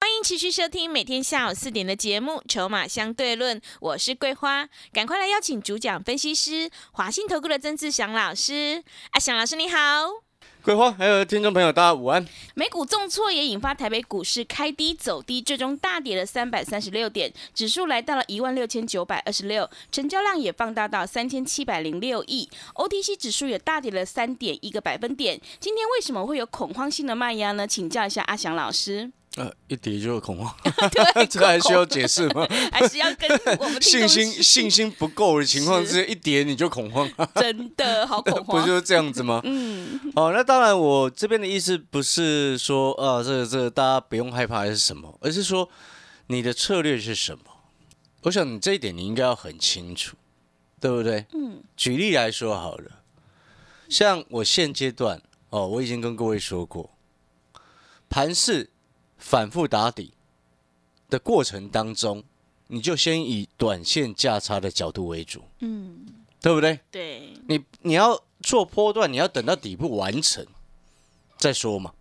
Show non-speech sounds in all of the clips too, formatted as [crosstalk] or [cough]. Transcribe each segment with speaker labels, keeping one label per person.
Speaker 1: 欢迎持续收听每天下午四点的节目《筹码相对论》，我是桂花，赶快来邀请主讲分析师华信投顾的曾志祥老师。阿祥老师你好，
Speaker 2: 桂花，还有听众朋友，大家午安。
Speaker 1: 美股重挫也引发台北股市开低走低，最终大跌了三百三十六点，指数来到了一万六千九百二十六，成交量也放大到三千七百零六亿，OTC 指数也大跌了三点一个百分点。今天为什么会有恐慌性的卖压呢？请教一下阿祥老师，
Speaker 2: 呃，一跌就恐 [laughs] 慌，
Speaker 1: 对
Speaker 2: 这还需要解释 [laughs] 吗？
Speaker 1: 还是要跟我们听
Speaker 2: 信
Speaker 1: 众
Speaker 2: 心信心不够的情况之下，一跌你就恐慌， [laughs]
Speaker 1: 真的好恐啊
Speaker 2: 不
Speaker 1: 慌，
Speaker 2: 就是这样子 [laughs] 吗？
Speaker 1: 嗯，
Speaker 2: 哦，那当然，我这边的意思不是说啊，这个这个大家不用害怕还是什么，而是说你的策略是什么。我想你这一点你应该要很清楚，对不对？嗯。举例来说好了，像我现阶段哦，我已经跟各位说过，盘势反复打底的过程当中，你就先以短线价差的角度为主，嗯，对不对？
Speaker 1: 对，
Speaker 2: 你你要做波段，你要等到底部完成再说嘛。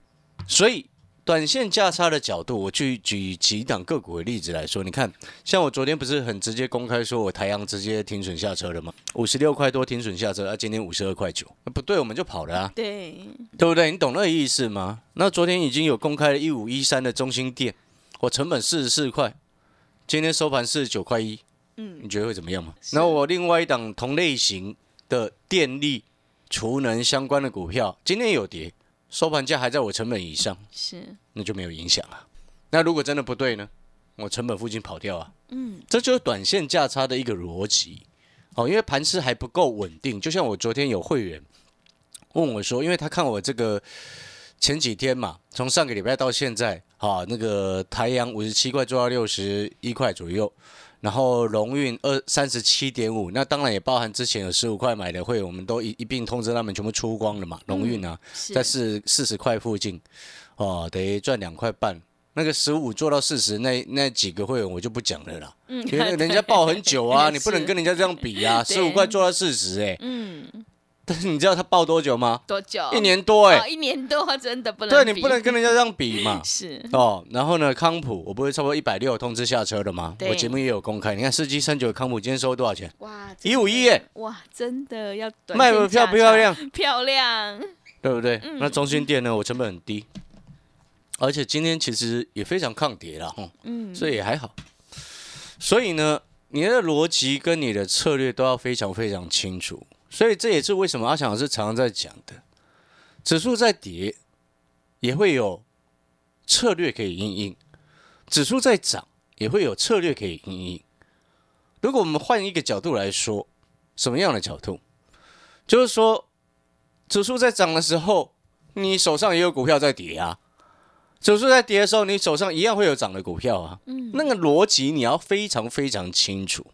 Speaker 2: 所以短线价差的角度，我去举几档个股的例子来说，你看，像我昨天不是很直接公开说我台阳直接停损下车了吗？五十六块多停损下车，啊，今天五十二块九，那不对我们就跑了啊，
Speaker 1: 对，
Speaker 2: 对不对？你懂那个意思吗？那昨天已经有公开了一五一三的中心店，我成本四十四块，今天收盘四十九块一，
Speaker 1: 嗯，
Speaker 2: 你觉得会怎么样吗？然后我另外一档同类型的电力、储能相关的股票，今天有跌，收盘价还在我成本以上，
Speaker 1: 是，
Speaker 2: 那就没有影响啊。那如果真的不对呢？我成本附近跑掉啊，嗯，这就是短线价差的一个逻辑。哦，因为盘势还不够稳定，就像我昨天有会员问我说，因为他看我这个前几天嘛，从上个礼拜到现在，啊，那个台阳五十七块做到六十一块左右，然后荣运二三十七点五，那当然也包含之前有十五块买的会，我们都一一并通知他们全部出光了嘛，荣运啊，
Speaker 1: 是
Speaker 2: 在四四十块附近，哦，等于赚两块半。那个十五做到四十，那那几个会员我就不讲了啦，
Speaker 1: 嗯
Speaker 2: 因为那个
Speaker 1: [laughs]
Speaker 2: 人家报很久啊，
Speaker 1: 是
Speaker 2: 你不能跟人家这样比啊，
Speaker 1: 对
Speaker 2: 十五块做到四十，哎，
Speaker 1: 嗯，
Speaker 2: 但是你知道他报多久吗？
Speaker 1: 多久？
Speaker 2: 一年多，
Speaker 1: 哦，
Speaker 2: 哎，
Speaker 1: 一年多，真的不能，，
Speaker 2: 对你不能，跟人家这样比嘛
Speaker 1: [laughs] 是，
Speaker 2: 哦，然后呢，康普我不是差不多一百六通知下车了吗？
Speaker 1: 对
Speaker 2: 我节目也有公开，你看四七三九康普今天收多少钱？
Speaker 1: 哇，真的
Speaker 2: 151耶，
Speaker 1: 哇，真的要短
Speaker 2: 卖
Speaker 1: 线
Speaker 2: 得漂
Speaker 1: 价
Speaker 2: 不漂
Speaker 1: 差？
Speaker 2: 亮？
Speaker 1: [laughs] 漂亮，
Speaker 2: 对不对？那中心店呢，我成本很低，而且今天其实也非常抗跌了，吼
Speaker 1: 嗯，
Speaker 2: 所以也还好。所以呢，你的逻辑跟你的策略都要非常非常清楚。所以这也是为什么阿强老师常常在讲的，指数在跌，也会有策略可以应应；指数在涨，也会有策略可以应应。如果我们换一个角度来说，什么样的角度？就是说，指数在涨的时候，你手上也有股票在跌啊；指数在跌的时候，你手上一样会有涨的股票啊。嗯，那个逻辑你要非常非常清楚。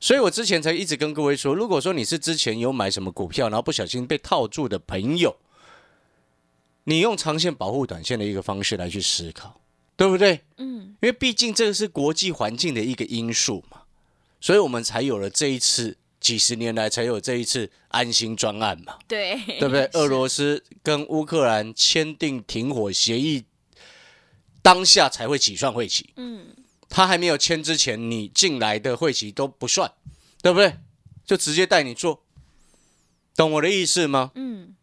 Speaker 2: 所以我之前才一直跟各位说，如果说你是之前有买什么股票，然后不小心被套住的朋友，你用长线保护短线的一个方式来去思考，对不对？嗯，因为毕竟这个是国际环境的一个因素嘛，所以我们才有了这一次几十年来才有这一次安心专案嘛。
Speaker 1: 对，
Speaker 2: 对不对？俄罗斯跟乌克兰签订停火协议，当下才会起算会期。嗯，他还没有签之前，你进来的会期都不算，对不对？就直接带你做，懂我的意思吗？
Speaker 1: 嗯，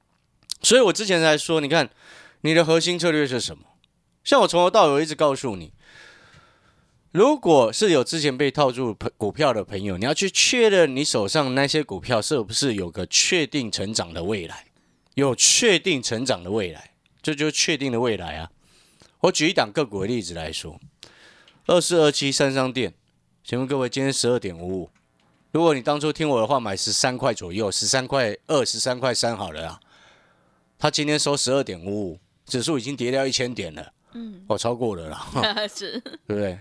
Speaker 2: 所以我之前才说，你看你的核心策略是什么？像我从头到尾一直告诉你，如果是有之前被套住朋股票的朋友，你要去确认你手上那些股票是不是有个确定成长的未来，有确定成长的未来，这就是确定的未来啊。我举一档个股的例子来说，二四二七三商店，请问各位今天十二点五五，如果你当初听我的话买十三块左右，十三块二、十三块三好了啊，它今天收十二点五五，指哦 [laughs] 数已经跌掉一千点了，嗯，我、超过了啦。
Speaker 1: [laughs] 是，
Speaker 2: 对不对？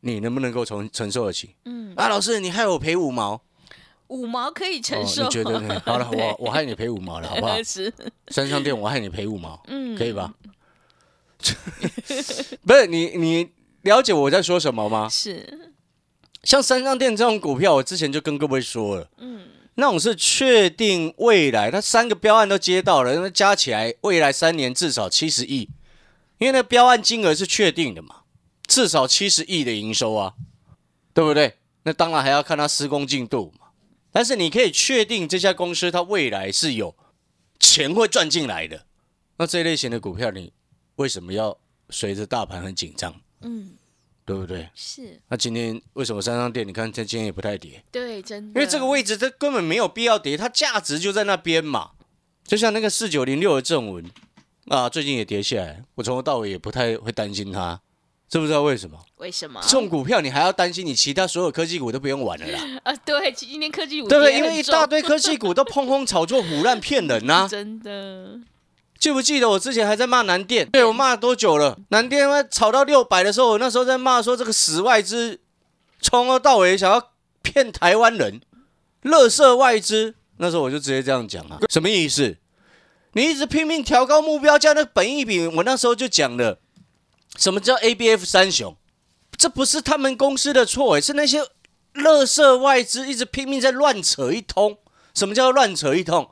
Speaker 2: 你能不能够承承受得起？
Speaker 1: 嗯，
Speaker 2: 啊，老师，你害我赔五毛，
Speaker 1: 五毛可以承
Speaker 2: 哦
Speaker 1: 受，？
Speaker 2: 你觉得呢？好了，我我害你赔五毛了，好不好
Speaker 1: [laughs] 是
Speaker 2: 山上店我害你赔五毛，
Speaker 1: 嗯
Speaker 2: 可以吧？ [laughs] 不是你你了解我在说什么吗？
Speaker 1: 是，
Speaker 2: 像山上店这种股票，我之前就跟各位说了，嗯，那种是确定未来，它三个标案都接到了，那加起来未来三年至少七十亿，因为那标案金额是确定的嘛，至少七十亿的营收啊，对不对？那当然还要看它施工进度嘛，但是你可以确定这家公司它未来是有钱会赚进来的，那这类型的股票你为什么要随着大盘很紧张，
Speaker 1: 嗯，
Speaker 2: 对不对？
Speaker 1: 是
Speaker 2: 那今天为什么三商店？你看它今天也不太跌，
Speaker 1: 对，啊真
Speaker 2: 因
Speaker 1: 的，
Speaker 2: 为这个位置它根本没有必要跌，它价值就在那边嘛。就像那个四九零六的正文啊，最近也跌下来，我从头到尾也不太会担心它，知不知道为什么？
Speaker 1: 为什么
Speaker 2: 这？种股票你还要担心，你其他所有科技股都不用玩了啦，
Speaker 1: [laughs] 啊，对，其实今天科技舞
Speaker 2: 对不对？
Speaker 1: 跌
Speaker 2: 因
Speaker 1: 很
Speaker 2: 为一
Speaker 1: 重
Speaker 2: 大堆科技股都碰轰炒作、胡乱骗人啊呐、
Speaker 1: [laughs] 真的，
Speaker 2: 记不记得我之前还在骂南电？对我骂了多久了？南电他妈炒到六百的时候，我那时候在骂说这个死外资从头到尾想要骗台湾人，乐色外资。那时候我就直接这样讲啊，什么意思？你一直拼命调高目标价，那本益比，我那时候就讲了，什么叫 ABF 三雄？这不是他们公司的错、欸，是那些乐色外资一直拼命在乱扯一通。什么叫乱扯一通？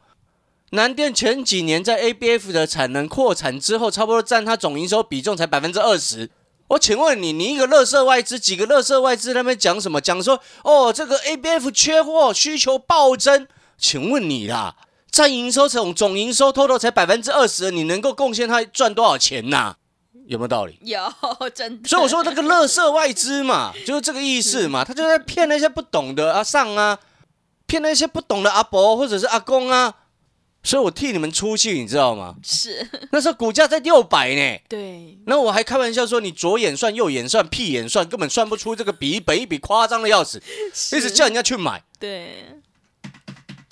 Speaker 2: 南电前几年在 ABF 的产能扩产之后，差不多占它总营收比重才百分之二十。我请问你，你一个乐色外资，几个乐色外资在那边讲什么？讲说哦，这个 ABF 缺货，需求暴增。请问你啦，占营收总总营收 total 才百分之二十，你能够贡献它赚多少钱呐、有没有道理？
Speaker 1: 有 [laughs] 真的，
Speaker 2: 所以我说那个乐色外资
Speaker 1: [laughs]
Speaker 2: 嘛，就是这个意思嘛，他就在骗那些不懂的阿上啊，骗那些不懂的阿伯或者是阿公啊。所以我替你们出气，你知道吗？
Speaker 1: 是，
Speaker 2: 那时候股价在六百呢，
Speaker 1: 对，
Speaker 2: 那我还开玩笑说你左眼算右眼算屁眼算，根本算不出这个比本一比夸张的要死，一直
Speaker 1: 是
Speaker 2: 叫人家去买。
Speaker 1: 对，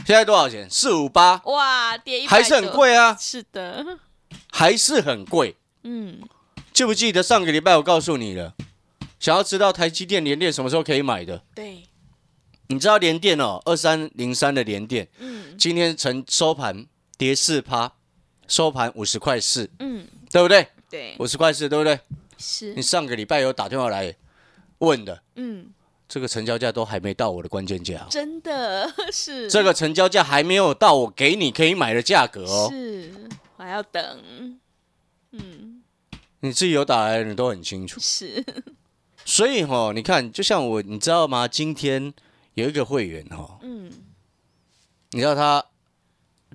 Speaker 2: 现在多少钱？四五八，
Speaker 1: 哇，跌一
Speaker 2: 还是很，贵啊，
Speaker 1: 是的，
Speaker 2: 还是很贵。
Speaker 1: 嗯，
Speaker 2: 记不记得上个礼拜我告诉你了，想要知道台积电、联电什么时候可以买的？
Speaker 1: 对，
Speaker 2: 你知道联电哦，二三零三的联电，
Speaker 1: 嗯
Speaker 2: 今天成收盘跌四趴，收盘五十块四，
Speaker 1: 嗯，
Speaker 2: 对不对？
Speaker 1: 对，
Speaker 2: 五十块四，对不对？
Speaker 1: 是
Speaker 2: 你，上个礼拜有打电话来问的，
Speaker 1: 嗯，
Speaker 2: 这个成交价都还没到我的关键价哦，
Speaker 1: [laughs] 真的是
Speaker 2: 这个成交价还没有到我给你可以买的价格哦。
Speaker 1: 是，我还要等，嗯，
Speaker 2: 你自己有打来的，你都很清楚。
Speaker 1: 是，
Speaker 2: 所以哈、你看，就像我，你知道吗？今天有一个会员哈、
Speaker 1: 嗯，
Speaker 2: 你知道他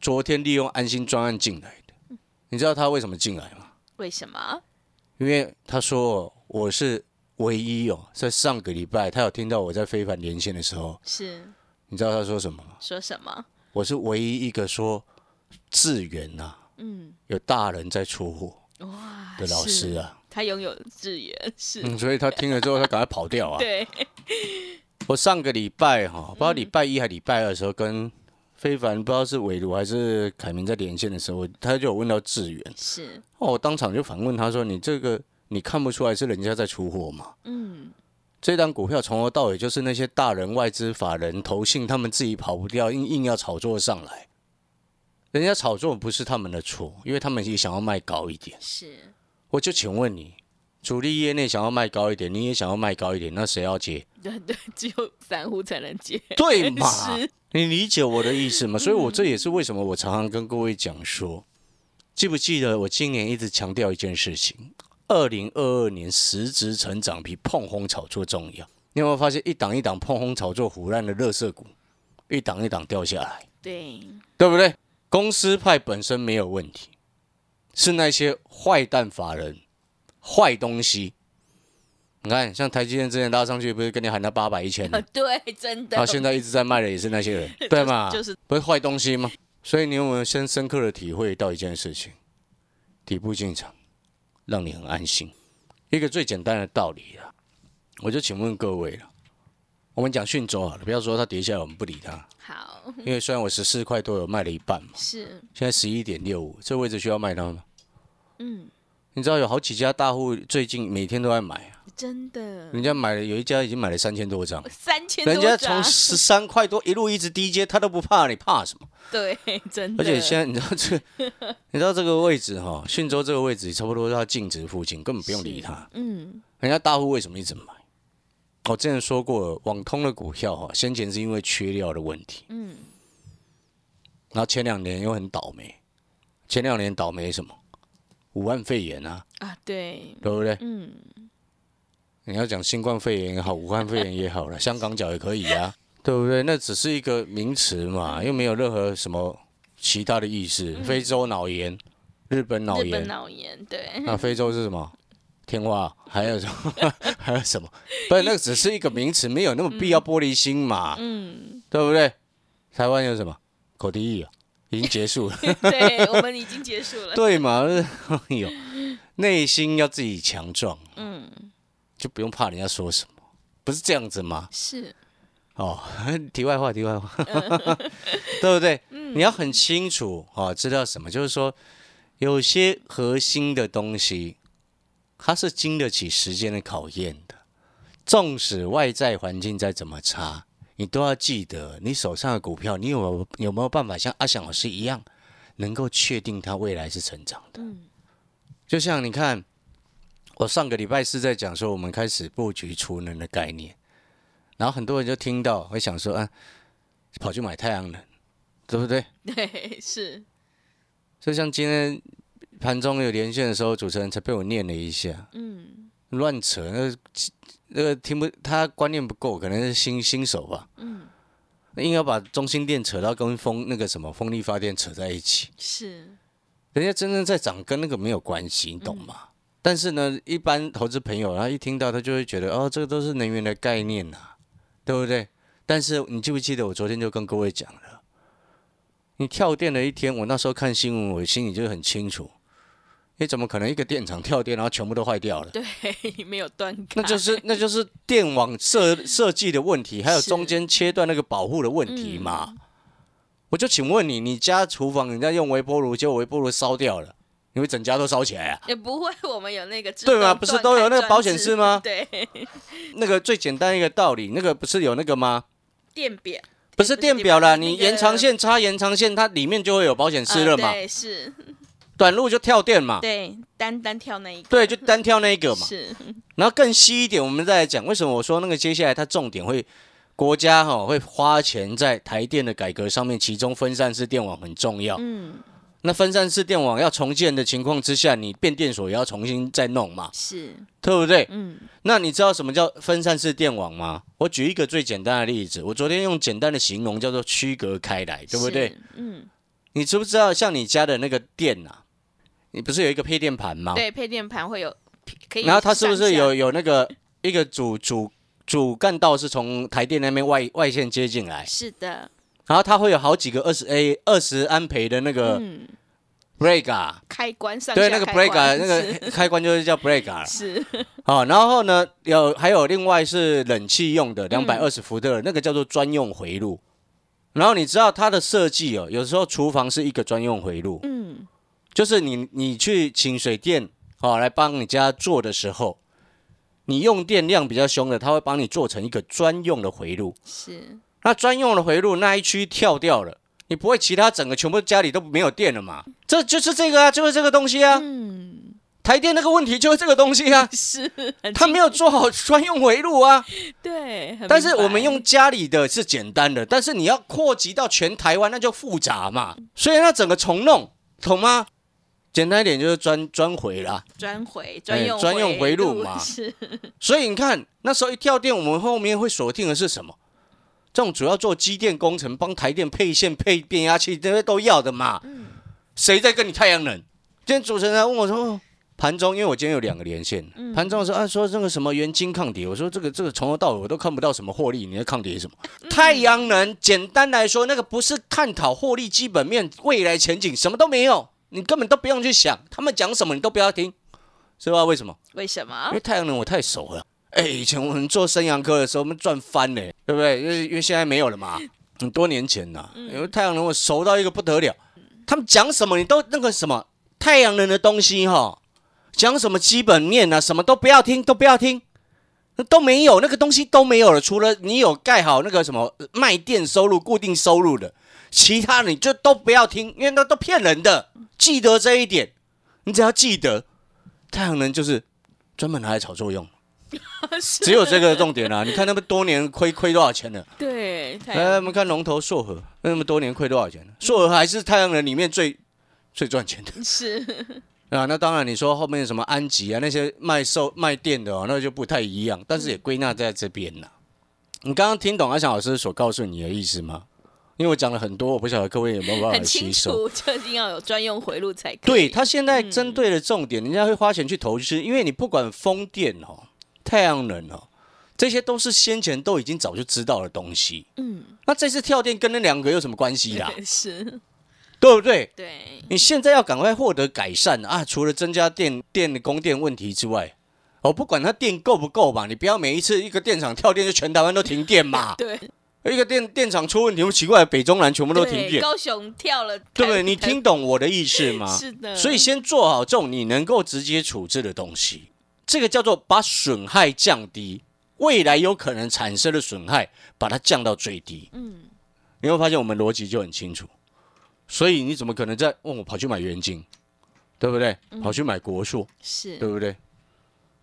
Speaker 2: 昨天利用安心专案进来的，你知道他为什么进来吗？
Speaker 1: 为什么？
Speaker 2: 因为他说我是唯一哦，在上个礼拜他有听到我在非凡连线的时候，
Speaker 1: 是
Speaker 2: 你知道他说什么吗？
Speaker 1: 说什么？
Speaker 2: 我是唯一一个说智啊源呐、
Speaker 1: 嗯，
Speaker 2: 有大人在出货
Speaker 1: 哇，
Speaker 2: 的老
Speaker 1: 是
Speaker 2: 师啊，
Speaker 1: 他拥有智源，是，
Speaker 2: 嗯，所以他听了之后他赶快跑掉啊。
Speaker 1: [laughs] 对，嗯
Speaker 2: 我上个礼拜哈、不知道礼拜一还礼拜二的时候跟非凡不知道是韦如还是凯明在连线的时候，他就有问到智源，
Speaker 1: 是，
Speaker 2: 哦，我当场就反问他说：“你这个你看不出来是人家在出货吗？”
Speaker 1: 嗯，
Speaker 2: 这档股票从头到尾就是那些大人、外资、法人、投信，他们自己跑不掉，硬硬要炒作上来。人家炒作不是他们的错，因为他们也想要卖高一点。
Speaker 1: 是，
Speaker 2: 我就请问你，主力业内想要卖高一点，你也想要卖高一点，那谁要接？
Speaker 1: 对对，只有散户才能接，
Speaker 2: 对嘛
Speaker 1: 是？
Speaker 2: 你理解我的意思
Speaker 1: [laughs]
Speaker 2: 吗？所以，我这也是为什么我常常跟各位讲说，记不记得我今年一直强调一件事情：，二零二二年实质成长比碰红炒作重要。你有没有发现，一档一档碰红炒作胡乱的乐色股，一档一档掉下来，
Speaker 1: 对， [laughs]
Speaker 2: 对不对？公司派本身没有问题，是那些坏蛋法人、坏东西。你看，像台积电之前拉上去，不是跟你喊他八百一千
Speaker 1: 啊， [laughs] 对，真的，
Speaker 2: 然后现在一直在卖的也是那些
Speaker 1: [laughs]
Speaker 2: 人，对嘛？
Speaker 1: 就是
Speaker 2: 不是坏东西吗？所以你有没有先深刻的体会到一件事情？底部进场，让你很安心。一个最简单的道理啊，我就请问各位了。我们讲讯州好了，不要说它跌下来，我们不理它，
Speaker 1: 嗯好，
Speaker 2: 因为虽然我十四块多有卖了一半嘛，
Speaker 1: 是，
Speaker 2: 现在十一点六五，这位置需要卖它吗？
Speaker 1: 嗯，
Speaker 2: 你知道有好几家大户最近每天都在买啊，
Speaker 1: 真的
Speaker 2: 人家买了有一家已经买了三千多张，
Speaker 1: 三千
Speaker 2: 人
Speaker 1: 多
Speaker 2: 家
Speaker 1: 张，
Speaker 2: 从十三块多一路一直低接，他都不怕，你怕什么？
Speaker 1: [laughs] 对，真的，
Speaker 2: 而且现在你知道这个，你知道这个位置哈、信州这个位置差不多到净值附近，根本不用理它。
Speaker 1: 嗯，
Speaker 2: 人家大户为什么一直买？我之前说过，网通的股票哈、先前是因为缺料的问题，嗯，然后前两年又很倒霉，前两年倒霉什么？武汉肺炎啊，
Speaker 1: 啊，对，
Speaker 2: 对不对？
Speaker 1: 嗯，
Speaker 2: 你要讲新冠肺炎也好，武汉肺炎也 [laughs] 好了，香港脚也可以啊，嗯对不对？那只是一个名词嘛，又没有任何什么其他的意思。非洲脑炎、嗯日本脑
Speaker 1: 日本
Speaker 2: 炎，
Speaker 1: 脑炎，对，
Speaker 2: 那非洲是什么？天花，还有什 [laughs] 么？还有什么？不是，那只是一个名词，没有那么必要玻璃心嘛，
Speaker 1: 嗯，
Speaker 2: 对不对？台湾有什么？口蹄疫啊，已经结束了， [laughs]
Speaker 1: 对，我们已经结束了，
Speaker 2: 对嘛？ [laughs] 哎呦，内心要自己强壮，
Speaker 1: 嗯，
Speaker 2: 就不用怕人家说什么，不是这样子吗？
Speaker 1: 是，
Speaker 2: 哦， [laughs] 题外话，题外话，对不对？你要很清楚哦，知道什么，就是说有些核心的东西，它是经得起时间的考验的。纵使外在环境再怎么差，你都要记得，你手上的股票，你有没有有没有办法像阿翔老师一样，能够确定它未来是成长的？就像你看，我上个礼拜是在讲说，我们开始布局储能的概念。然后很多人就听到会想说，啊，跑去买太阳能，对不对？
Speaker 1: [laughs] 对，是，
Speaker 2: 就像今天盘中有连线的时候，主持人才被我念了一下，
Speaker 1: 嗯，
Speaker 2: 乱扯，那那个听不，他观念不够，可能是新新手吧，嗯，硬要把中心电扯到跟风那个什么风力发电扯在一起，
Speaker 1: 是，
Speaker 2: 人家真正在涨跟那个没有关系，你懂吗？但是呢，一般投资朋友，然后一听到他就会觉得，哦，这个都是能源的概念呐、啊对不对？但是你记不记得我昨天就跟各位讲了，你跳电了一天，我那时候看新闻，我心里就很清楚，你怎么可能一个电厂跳电，然后全部都坏掉了？
Speaker 1: 对，没有断开，
Speaker 2: 那就是那就是电网设设计的问题，还有
Speaker 1: 是嗯
Speaker 2: 中间切断那个保护的问题嘛。我就请问你，你家厨房人家用微波炉，结果微波炉烧掉了，你会整家都烧起来啊？
Speaker 1: 也不会，我们有那个自
Speaker 2: 对嘛
Speaker 1: 动
Speaker 2: 不是
Speaker 1: 断
Speaker 2: 都
Speaker 1: 开
Speaker 2: 有那个
Speaker 1: 装
Speaker 2: 保险
Speaker 1: 置
Speaker 2: 丝吗
Speaker 1: [laughs] 对，
Speaker 2: 那个最简单一个道理，那个不是有那个吗？
Speaker 1: 电表
Speaker 2: 不是电表啦，
Speaker 1: 不是
Speaker 2: 你
Speaker 1: 那个
Speaker 2: 延长线插延长线，它里面就会有保险丝
Speaker 1: 呃
Speaker 2: 了嘛，
Speaker 1: 对，是，
Speaker 2: 短路就跳电嘛，
Speaker 1: 对，单单跳那一个，
Speaker 2: 对，就单挑那一个嘛。
Speaker 1: 是，
Speaker 2: 然后更细一点，我们再来讲为什么我说那个接下来它重点会国家哈、会花钱在台电的改革上面，其中分散式电网很重要。
Speaker 1: 嗯，
Speaker 2: 那分散式电网要重建的情况之下，你变电所也要重新再弄嘛，
Speaker 1: 是，
Speaker 2: 对不对？
Speaker 1: 嗯，
Speaker 2: 那你知道什么叫分散式电网吗？我举一个最简单的例子，我昨天用简单的形容叫做区隔开来，对不对？
Speaker 1: 是？嗯，
Speaker 2: 你知不知道像你家的那个电啊，你不是有一个配电盘吗？
Speaker 1: 对，配电盘会有，可以，
Speaker 2: 然后它是不是有？有那个一个主主主干道是从台电那边外外线接进来，
Speaker 1: 是的，
Speaker 2: 然后它会有好几个二十 A 二十安培的那个
Speaker 1: 嗯，
Speaker 2: break 啊，
Speaker 1: 开关上
Speaker 2: 对，
Speaker 1: 下
Speaker 2: 那个
Speaker 1: 开
Speaker 2: break 啊，
Speaker 1: 关
Speaker 2: 那
Speaker 1: [laughs]
Speaker 2: 个开关就是叫 break 啊。
Speaker 1: 是是
Speaker 2: 好，然后呢，有还有另外是冷气用
Speaker 1: 嗯
Speaker 2: 的两百二十伏特，那个叫做专用回路。然后你知道它的设计哦，有时候厨房是一个专用回路，
Speaker 1: 嗯，
Speaker 2: 就是你你去请水电哦来帮你家做的时候，你用电量比较凶的，它会帮你做成一个专用的回路。
Speaker 1: 是，
Speaker 2: 那专用的回路那一区跳掉了，你不会其他整个全部家里都没有电了嘛？这就是这个啊，就是这个东西啊，
Speaker 1: 嗯，，
Speaker 2: 台电那个问题就是这个东西啊
Speaker 1: 是， [laughs] 很
Speaker 2: 它
Speaker 1: 清
Speaker 2: 没有做好专用回路啊。
Speaker 1: 对， [laughs] 很
Speaker 2: 但
Speaker 1: 明
Speaker 2: 是我们
Speaker 1: 白
Speaker 2: 用家里的是简单的，但是你要扩及到全台湾，那就复杂嘛。所以那整个重弄，懂吗？简单一点就是专专回啦。
Speaker 1: 专回
Speaker 2: 哎
Speaker 1: 专用
Speaker 2: 专用回路
Speaker 1: 路
Speaker 2: 嘛
Speaker 1: 是，
Speaker 2: 所以你看那时候一跳电，我们后面会锁定的是什么？这种主要做机电工程，帮台电配线、配变压器这些都要的嘛。谁在跟你太阳能？今天主持人来问我说。哦盘中，因为我今天有两个连线，盘中说啊说这个什么原晶抗跌，我说这个这个从头到尾我都看不到什么获利，你在抗跌什么？太阳能简单来说，那个不是探讨获利基本面、未来前景，什么都没有，你根本都不用去想，他们讲什么你都不要听，知道为什么？
Speaker 1: 为什
Speaker 2: 因
Speaker 1: 么
Speaker 2: 为？太阳能我太熟了。哎、以前我们做生阳科的时候，我们赚翻嘞，对不对？因为因为现在没有了嘛，很多年前呐、因为太阳能我熟到一个不得了，他们讲什么你都那个什么太阳能的东西哈，讲什么基本面啊，什么都不要听，都不要听，那都没有，那个东西都没有了。除了你有盖好那个什么卖店收入、固定收入的，其他你就都不要听，因为那都骗人的。记得这一点，你只要记得，太阳能就是专门拿来炒作
Speaker 1: [laughs]
Speaker 2: 用，只有这个重点啊。你看那么多年亏亏多少钱了？
Speaker 1: 对，啊太
Speaker 2: 来，我们看龙头硕和，那么多年亏多少钱呢？硕和还是太阳能里面最最赚钱
Speaker 1: 嗯
Speaker 2: 的。
Speaker 1: 是
Speaker 2: 啊，那当然，你说后面什么安吉啊，那些卖售卖电的哦，那就不太一样，但是也归纳在这边啦。你刚刚听懂阿翔老师所告诉你的意思吗？因为我讲了很多，我不晓得各位有没有办
Speaker 1: 很
Speaker 2: 法吸
Speaker 1: 清
Speaker 2: 收。
Speaker 1: 楚， [laughs] 就一定要有专用回路才可
Speaker 2: 对
Speaker 1: 以。
Speaker 2: 他现在
Speaker 1: 嗯
Speaker 2: 针对的重点，人家会花钱去投资，因为你不管风电哦、太阳能哦，这些都是先前都已经早就知道的东西。
Speaker 1: 嗯，
Speaker 2: 那这次跳电跟那两个有什么关系啦？
Speaker 1: 是，
Speaker 2: [laughs] 对不对？
Speaker 1: 对，。
Speaker 2: 你现在要赶快获得改善啊！除了增加电电的供电问题之外，哦，不管它电够不够吧，你不要每一次一个电厂跳电就全台湾都停电嘛
Speaker 1: [laughs] 对，
Speaker 2: 一个电电厂出问题，奇怪，北中南全部都停
Speaker 1: 对
Speaker 2: 电，
Speaker 1: 高雄跳了，
Speaker 2: 对不对？你
Speaker 1: 台
Speaker 2: 听懂我的意思吗？
Speaker 1: 是的
Speaker 2: 所以先做好这种你能够直接处置的东西，这个叫做把损害降低，未来有可能产生的损害，把它降到最低。
Speaker 1: 嗯，
Speaker 2: 你会发现我们逻辑就很清楚。所以你怎么可能在问我跑去买元金，对不对？跑去买国硕，
Speaker 1: 嗯是
Speaker 2: 对不对？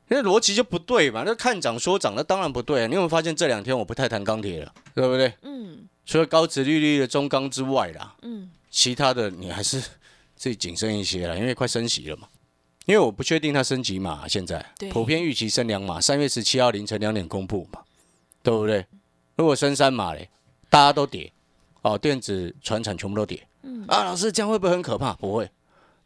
Speaker 2: 那逻辑就不对嘛。那看涨说涨，那当然不对、啊。你有没有发现这两天我不太谈钢铁了，对不对？
Speaker 1: 嗯
Speaker 2: 除了高值利率的中钢之外啦，
Speaker 1: 嗯，
Speaker 2: 其他的你还是自己谨慎一些啦，因为快升息了嘛。因为我不确定它升级嘛，现在
Speaker 1: 对
Speaker 2: 普遍预期升两码，三月十七号凌晨两点公布嘛，对不对？如果升三码嘞，大家都跌，哦，电子、船产全部都跌。嗯啊，老师这样会不会很可怕？不会，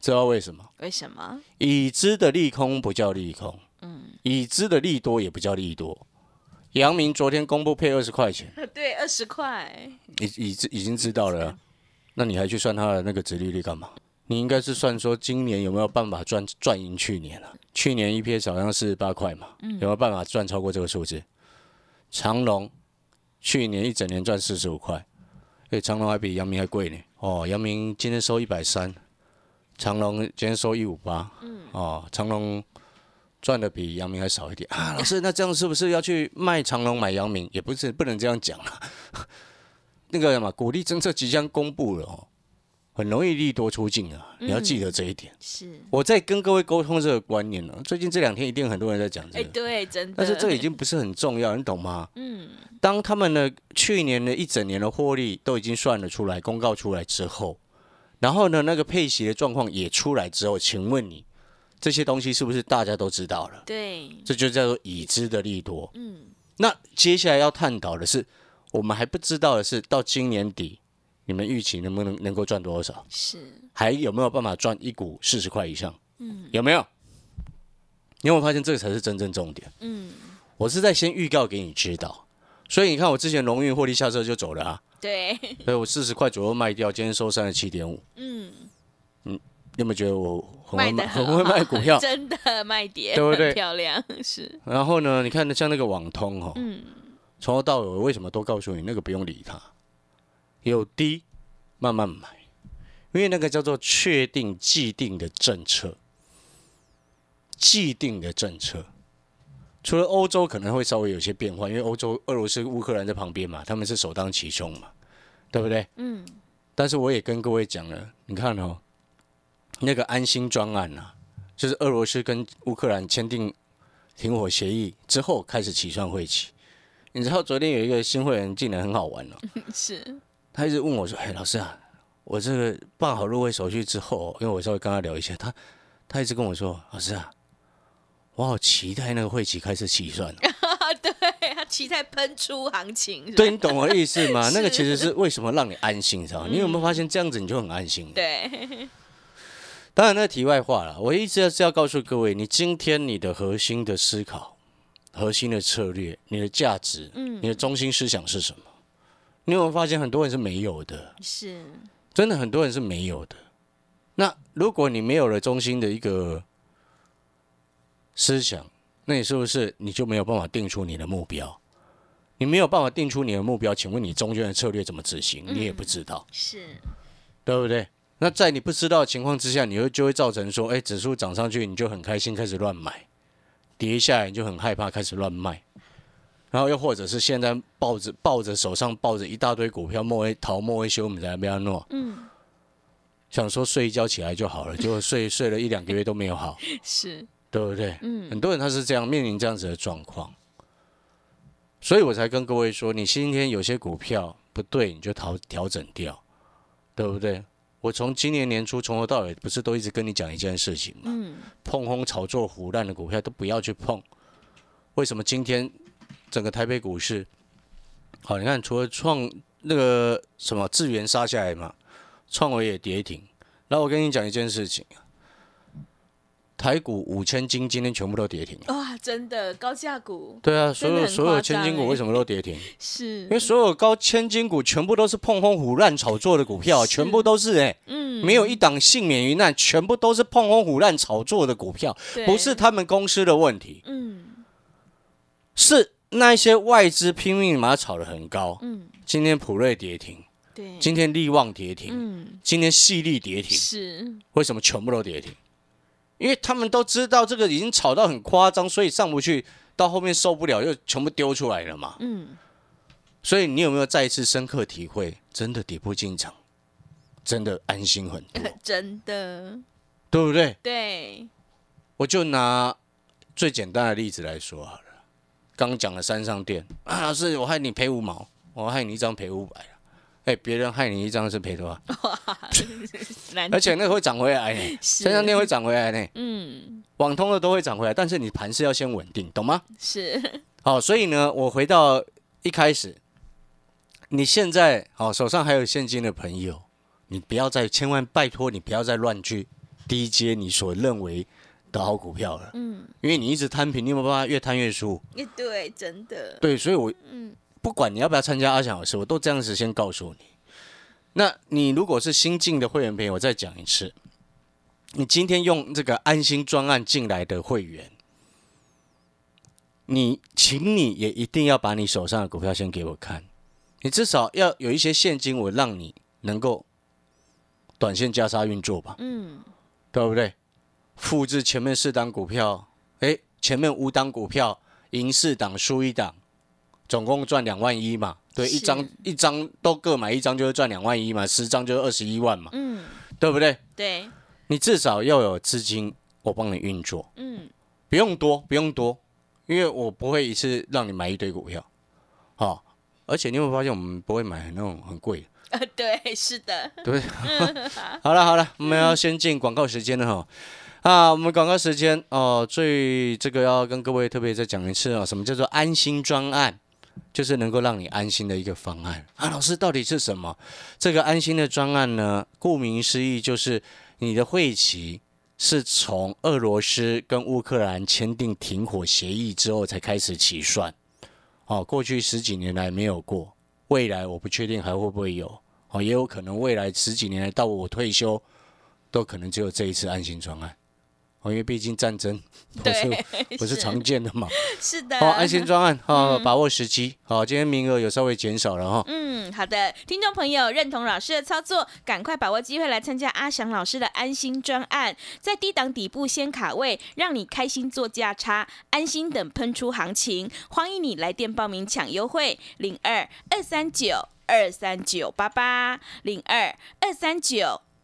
Speaker 2: 知道为什么？
Speaker 1: 为什么？
Speaker 2: 已知的利空不叫利空，嗯，已知的利多也不叫利多。阳明昨天公布配二十块钱，
Speaker 1: 对，二十块，
Speaker 2: 已已知已经知道了啊，那你还去算它的那个殖利率干嘛？你应该是算说今年有没有办法赚赚赢去年了、去年 EPS 好像四十八块嘛，有没有办法赚超过这个数字？长隆去年一整年赚四十五块，哎，长隆还比阳明还贵呢。哦，阳明今天收一百三，长隆今天收一五八，哦，长隆赚的比阳明还少一点啊。老师，那这样是不是要去卖长隆买阳明？也不是，不能这样讲啊。那个嘛，鼓励政策即将公布了哦，很容易利多出尽啊，
Speaker 1: 嗯
Speaker 2: 你要记得这一点。
Speaker 1: 是，
Speaker 2: 我在跟各位沟通这个观念了、最近这两天一定很多人在讲
Speaker 1: 哎，
Speaker 2: 这个，
Speaker 1: 对，真的，
Speaker 2: 但是这个已经不是很重要，你懂吗？
Speaker 1: 嗯，
Speaker 2: 当他们的去年的一整年的获利都已经算了出来，公告出来之后，然后呢，那个配息的状况也出来之后，请问你这些东西是不是大家都知道了？
Speaker 1: 对，
Speaker 2: 这就叫做已知的利多。
Speaker 1: 嗯，
Speaker 2: 那接下来要探讨的是，我们还不知道的是，到今年底你们预期能不能能够赚多少，
Speaker 1: 是，
Speaker 2: 还有没有办法赚一股四十块以上？嗯，有没有？你有没有发现这个才是真正重点？
Speaker 1: 嗯，
Speaker 2: 我是在先预告给你知道，所以你看我之前荣运获利下车就走了啊，
Speaker 1: 对，
Speaker 2: 所以我四十块左右卖掉，今天收三十七点五。
Speaker 1: 嗯，
Speaker 2: 你有没有觉得我很会
Speaker 1: 卖
Speaker 2: 卖，
Speaker 1: 的
Speaker 2: 很会卖股票？
Speaker 1: 真的卖点，
Speaker 2: 对不对
Speaker 1: 很漂亮，是，
Speaker 2: 然后呢，你看像那个网通哦，
Speaker 1: 嗯，
Speaker 2: 从头到尾我为什么都告诉你那个不用理它，有低慢慢买，因为那个叫做确定既定的政策，既定的政策。除了欧洲可能会稍微有些变化，因为欧洲俄罗斯、乌克兰在旁边嘛，他们是首当其冲嘛，对不对？
Speaker 1: 嗯，
Speaker 2: 但是我也跟各位讲了，你看哦，那个安心专案啊，就是俄罗斯跟乌克兰签订停火协议之后开始起算会期。你知道昨天有一个新会员进来很好玩哦，
Speaker 1: [laughs] 是，
Speaker 2: 他一直问我说：“哎，老师啊，我这个办好入会手续之后，哦因为我稍微跟他聊一下，他他一直跟我说，老师啊，我好期待那个会期开始起算哦、
Speaker 1: [laughs] 对，它期待喷出行情，是吧
Speaker 2: 对你懂我的意思
Speaker 1: [laughs]
Speaker 2: 吗？那个其实是为什么让你安心，你知道吗？
Speaker 1: 嗯
Speaker 2: 你有没有发现这样子你就很安心？
Speaker 1: 对，
Speaker 2: 当然，那题外话了，我一直要是要告诉各位，你今天你的核心的思考、核心的策略、你的价值、
Speaker 1: 嗯
Speaker 2: 你的中心思想是什么？你有没有发现很多人是没有的？
Speaker 1: 是，
Speaker 2: 真的很多人是没有的。那如果你没有了中心的一个思想，那你是不是你就没有办法定出你的目标？你没有办法定出你的目标，请问你中间的策略怎么执行？你也不知道。
Speaker 1: 嗯是，
Speaker 2: 对不对？那在你不知道的情况之下，你会就会造成说，哎，指数涨上去你就很开心，开始乱买；跌下来你就很害怕，开始乱卖。然后又或者是现在抱着抱着手上抱着一大堆股票，莫为逃莫为修，我们才不要弄。
Speaker 1: 嗯，
Speaker 2: 想说睡一觉起来就好了，结果
Speaker 1: [laughs]
Speaker 2: 睡睡了一两个月都没有好，
Speaker 1: 是，
Speaker 2: 对不对？
Speaker 1: 嗯，
Speaker 2: 很多人他是这样面临这样子的状况，所以我才跟各位说，你今天有些股票不对，你就调调整掉，对不对？我从今年年初从头到尾不是都一直跟你讲一件事情吗？
Speaker 1: 嗯，
Speaker 2: 碰轰炒作胡乱的股票都不要去碰。为什么今天整个台北股市，好，你看除了创那个什么智源杀下来嘛，创维也跌停。然后我跟你讲一件事情啊，台股五千金今天全部都跌停啊。
Speaker 1: 哇，真的高价股
Speaker 2: 对啊，所
Speaker 1: 真的
Speaker 2: 有
Speaker 1: 很
Speaker 2: 所有
Speaker 1: 夸
Speaker 2: 千
Speaker 1: 张
Speaker 2: 金股
Speaker 1: 欸
Speaker 2: 为什么都跌停？
Speaker 1: 是
Speaker 2: 因，为所有高千金股全部都是碰轰虎烂炒作的股票啊，全部都是哎、
Speaker 1: 嗯，
Speaker 2: 没有一档幸免于难，全部都是碰轰虎烂炒作的股票，
Speaker 1: 对
Speaker 2: 不是，他们公司的问题，
Speaker 1: 嗯
Speaker 2: 是那一些外资拼命把它炒得很高。
Speaker 1: 嗯，
Speaker 2: 今天普瑞跌停，
Speaker 1: 对，
Speaker 2: 今天力旺跌停，
Speaker 1: 嗯
Speaker 2: 今天细力跌停，
Speaker 1: 是，
Speaker 2: 为什么全部都跌停？因为他们都知道这个已经炒到很夸张，所以上不去，到后面受不了又全部丢出来了嘛。
Speaker 1: 嗯
Speaker 2: 所以你有没有再一次深刻体会，真的底部进场，真的安心很
Speaker 1: [laughs]
Speaker 2: 多，
Speaker 1: 真的
Speaker 2: 对不对？
Speaker 1: 对，
Speaker 2: 我就拿最简单的例子来说好了，刚讲的山上店啊，老师，我害你赔五毛，我害你一张赔五百哎，别人害你一张是赔多少？
Speaker 1: 难 [laughs]
Speaker 2: 而且那个会涨回来呢，
Speaker 1: 是
Speaker 2: 山上店会涨回来呢，
Speaker 1: 嗯
Speaker 2: 网通的都会涨回来，但是你盘是要先稳定，懂吗？
Speaker 1: 是， [laughs]
Speaker 2: 好，所以呢，我回到一开始，你现在好手上还有现金的朋友，你不要再，千万拜托你不要再乱去低接你所认为的好股票了，
Speaker 1: 嗯，
Speaker 2: 因为你一直摊平，你有没有办法越摊越输？
Speaker 1: 也对，真的，
Speaker 2: 对，所以我
Speaker 1: 嗯
Speaker 2: 不管你要不要参加阿翔老师，我都这样子先告诉你。那你如果是新进的会员朋友，我再讲一次，你今天用这个安心专案进来的会员，你请你也一定要把你手上的股票先给我看，你至少要有一些现金，我让你能够短线加杀运作吧，
Speaker 1: 嗯
Speaker 2: 对不对？复制前面四档股票，诶，前面五档股票赢四档输一档，总共赚两万一嘛。对，一
Speaker 1: 是
Speaker 2: 张一张都各买一张就是赚两万一嘛，十张就是二十一万嘛，
Speaker 1: 嗯，
Speaker 2: 对不对？
Speaker 1: 对， [laughs]
Speaker 2: 你至少要有资金，我帮你运作，
Speaker 1: 嗯
Speaker 2: 不用多，不用多，因为我不会一次让你买一堆股票，好、而且你有没有发现我们不会买那种很贵的？
Speaker 1: 呃对，是的，
Speaker 2: 对不对？好了好了，我们要先进广告时间了哈。啊，我们广告时间哦，最这个要跟各位特别再讲一次哦，什么叫做安心专案？就是能够让你安心的一个方案啊。老师到底是什么？这个安心的专案呢？顾名思义，就是你的会旗是从俄罗斯跟乌克兰签订停火协议之后才开始起算。哦，过去十几年来没有过，未来我不确定还会不会有。哦，也有可能未来十几年来到我退休，都可能只有这一次安心专案。哦，因为毕竟战争 [laughs] 不是
Speaker 1: 对，
Speaker 2: 不是常见的嘛。
Speaker 1: 是的，
Speaker 2: 哦，安心专案哦，把握时机。好、今天名额有稍微减少了哈、
Speaker 1: 嗯，好的，听众朋友认同老师的操作，赶快把握机会来参加阿翔老师的安心专案，在低档底部先卡位，让你开心做价差，安心等喷出行情。欢迎你来电报名抢优惠，零二二三九二三九八八零二二三九。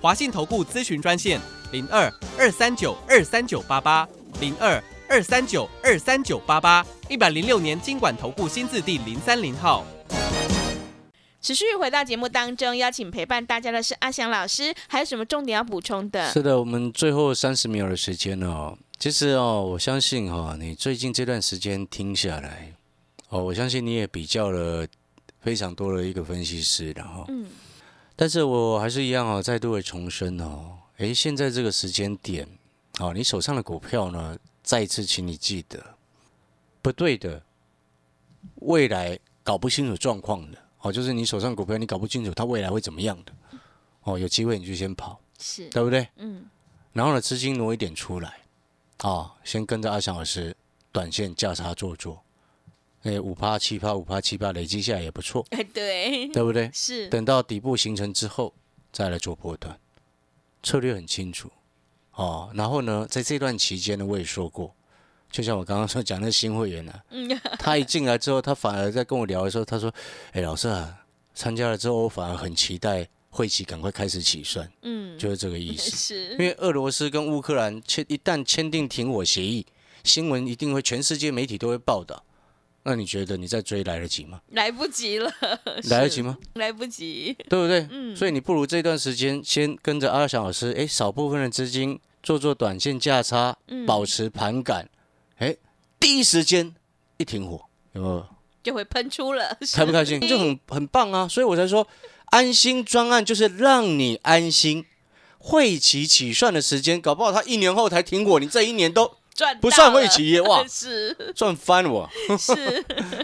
Speaker 3: 华信投顾咨询专线零二二三九二三九八八零二二三九二三九八八，一百零六年经管投顾新字第零三零号。
Speaker 1: 持续回到节目当中，邀请陪伴大家的是阿翔老师，还有什么重点要补充的？
Speaker 2: 是的，我们最后三十秒的时间哦。其实哦，我相信哈、哦，你最近这段时间听下来，哦，我相信你也比较了非常多的一个分析师，然后、
Speaker 1: 嗯，
Speaker 2: 但是我还是一样哦，再度的重申哦，诶，现在这个时间点，好、你手上的股票呢，再一次请你记得，不对的，未来搞不清楚状况的，哦，就是你手上股票你搞不清楚它未来会怎么样的，哦，有机会你就先跑，
Speaker 1: 是，
Speaker 2: 对不对？
Speaker 1: 嗯，
Speaker 2: 然后呢，资金挪一点出来，啊、先跟着阿翔老师短线价差做做，诶，五趴七趴五趴七趴累积下来也不错，
Speaker 1: 哎，对，
Speaker 2: 对不对？
Speaker 1: 是，
Speaker 2: 等到底部形成之后再来做波段，策略很清楚哦。然后呢，在这段期间呢，我也说过，就像我刚刚说讲那个新会员呢、
Speaker 1: 嗯
Speaker 2: 啊，他一进来之后，他反而在跟我聊的时候，他说：“哎，老师啊，参加了之后，我反而很期待会期赶快开始起算，
Speaker 1: 嗯，
Speaker 2: 就是这个意思。”
Speaker 1: 是
Speaker 2: 因，为俄罗斯跟乌克兰签一旦签订停火协议，新闻一定会全世界媒体都会报道。那你觉得你再追来得及吗？
Speaker 1: 来不及了，
Speaker 2: 来得
Speaker 1: 是
Speaker 2: 及吗？
Speaker 1: 来不及，
Speaker 2: 对不对？所以你不如这段时间先跟着阿翔老师，哎，少部分的资金做做短线价差，保持盘感，哎，第一时间一停火，有没有？
Speaker 1: 就会喷出了，是
Speaker 2: 开不开心？就很很棒啊！所以我才说，安心专案就是让你安心。会期起算的时间，搞不好他一年后才停火，你这一年都
Speaker 1: 赚
Speaker 2: 不
Speaker 1: 到
Speaker 2: 算会
Speaker 1: 了
Speaker 2: 期耶哇
Speaker 1: [laughs] 是。
Speaker 2: 赚翻我。
Speaker 1: 是，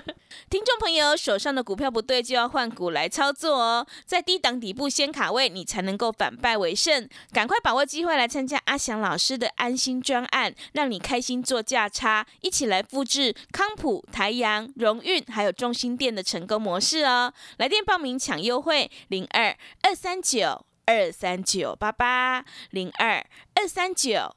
Speaker 1: [laughs] 听众朋友手上的股票不对，就要换股来操作哦。在低档底部先卡位，你才能够反败为胜。赶快把握机会来参加阿翔老师的安心专案，让你开心做价差，一起来复制康普、台阳、荣运还有中心店的成功模式哦。来电报名抢优惠，零二二三九二三九八八零二二三九。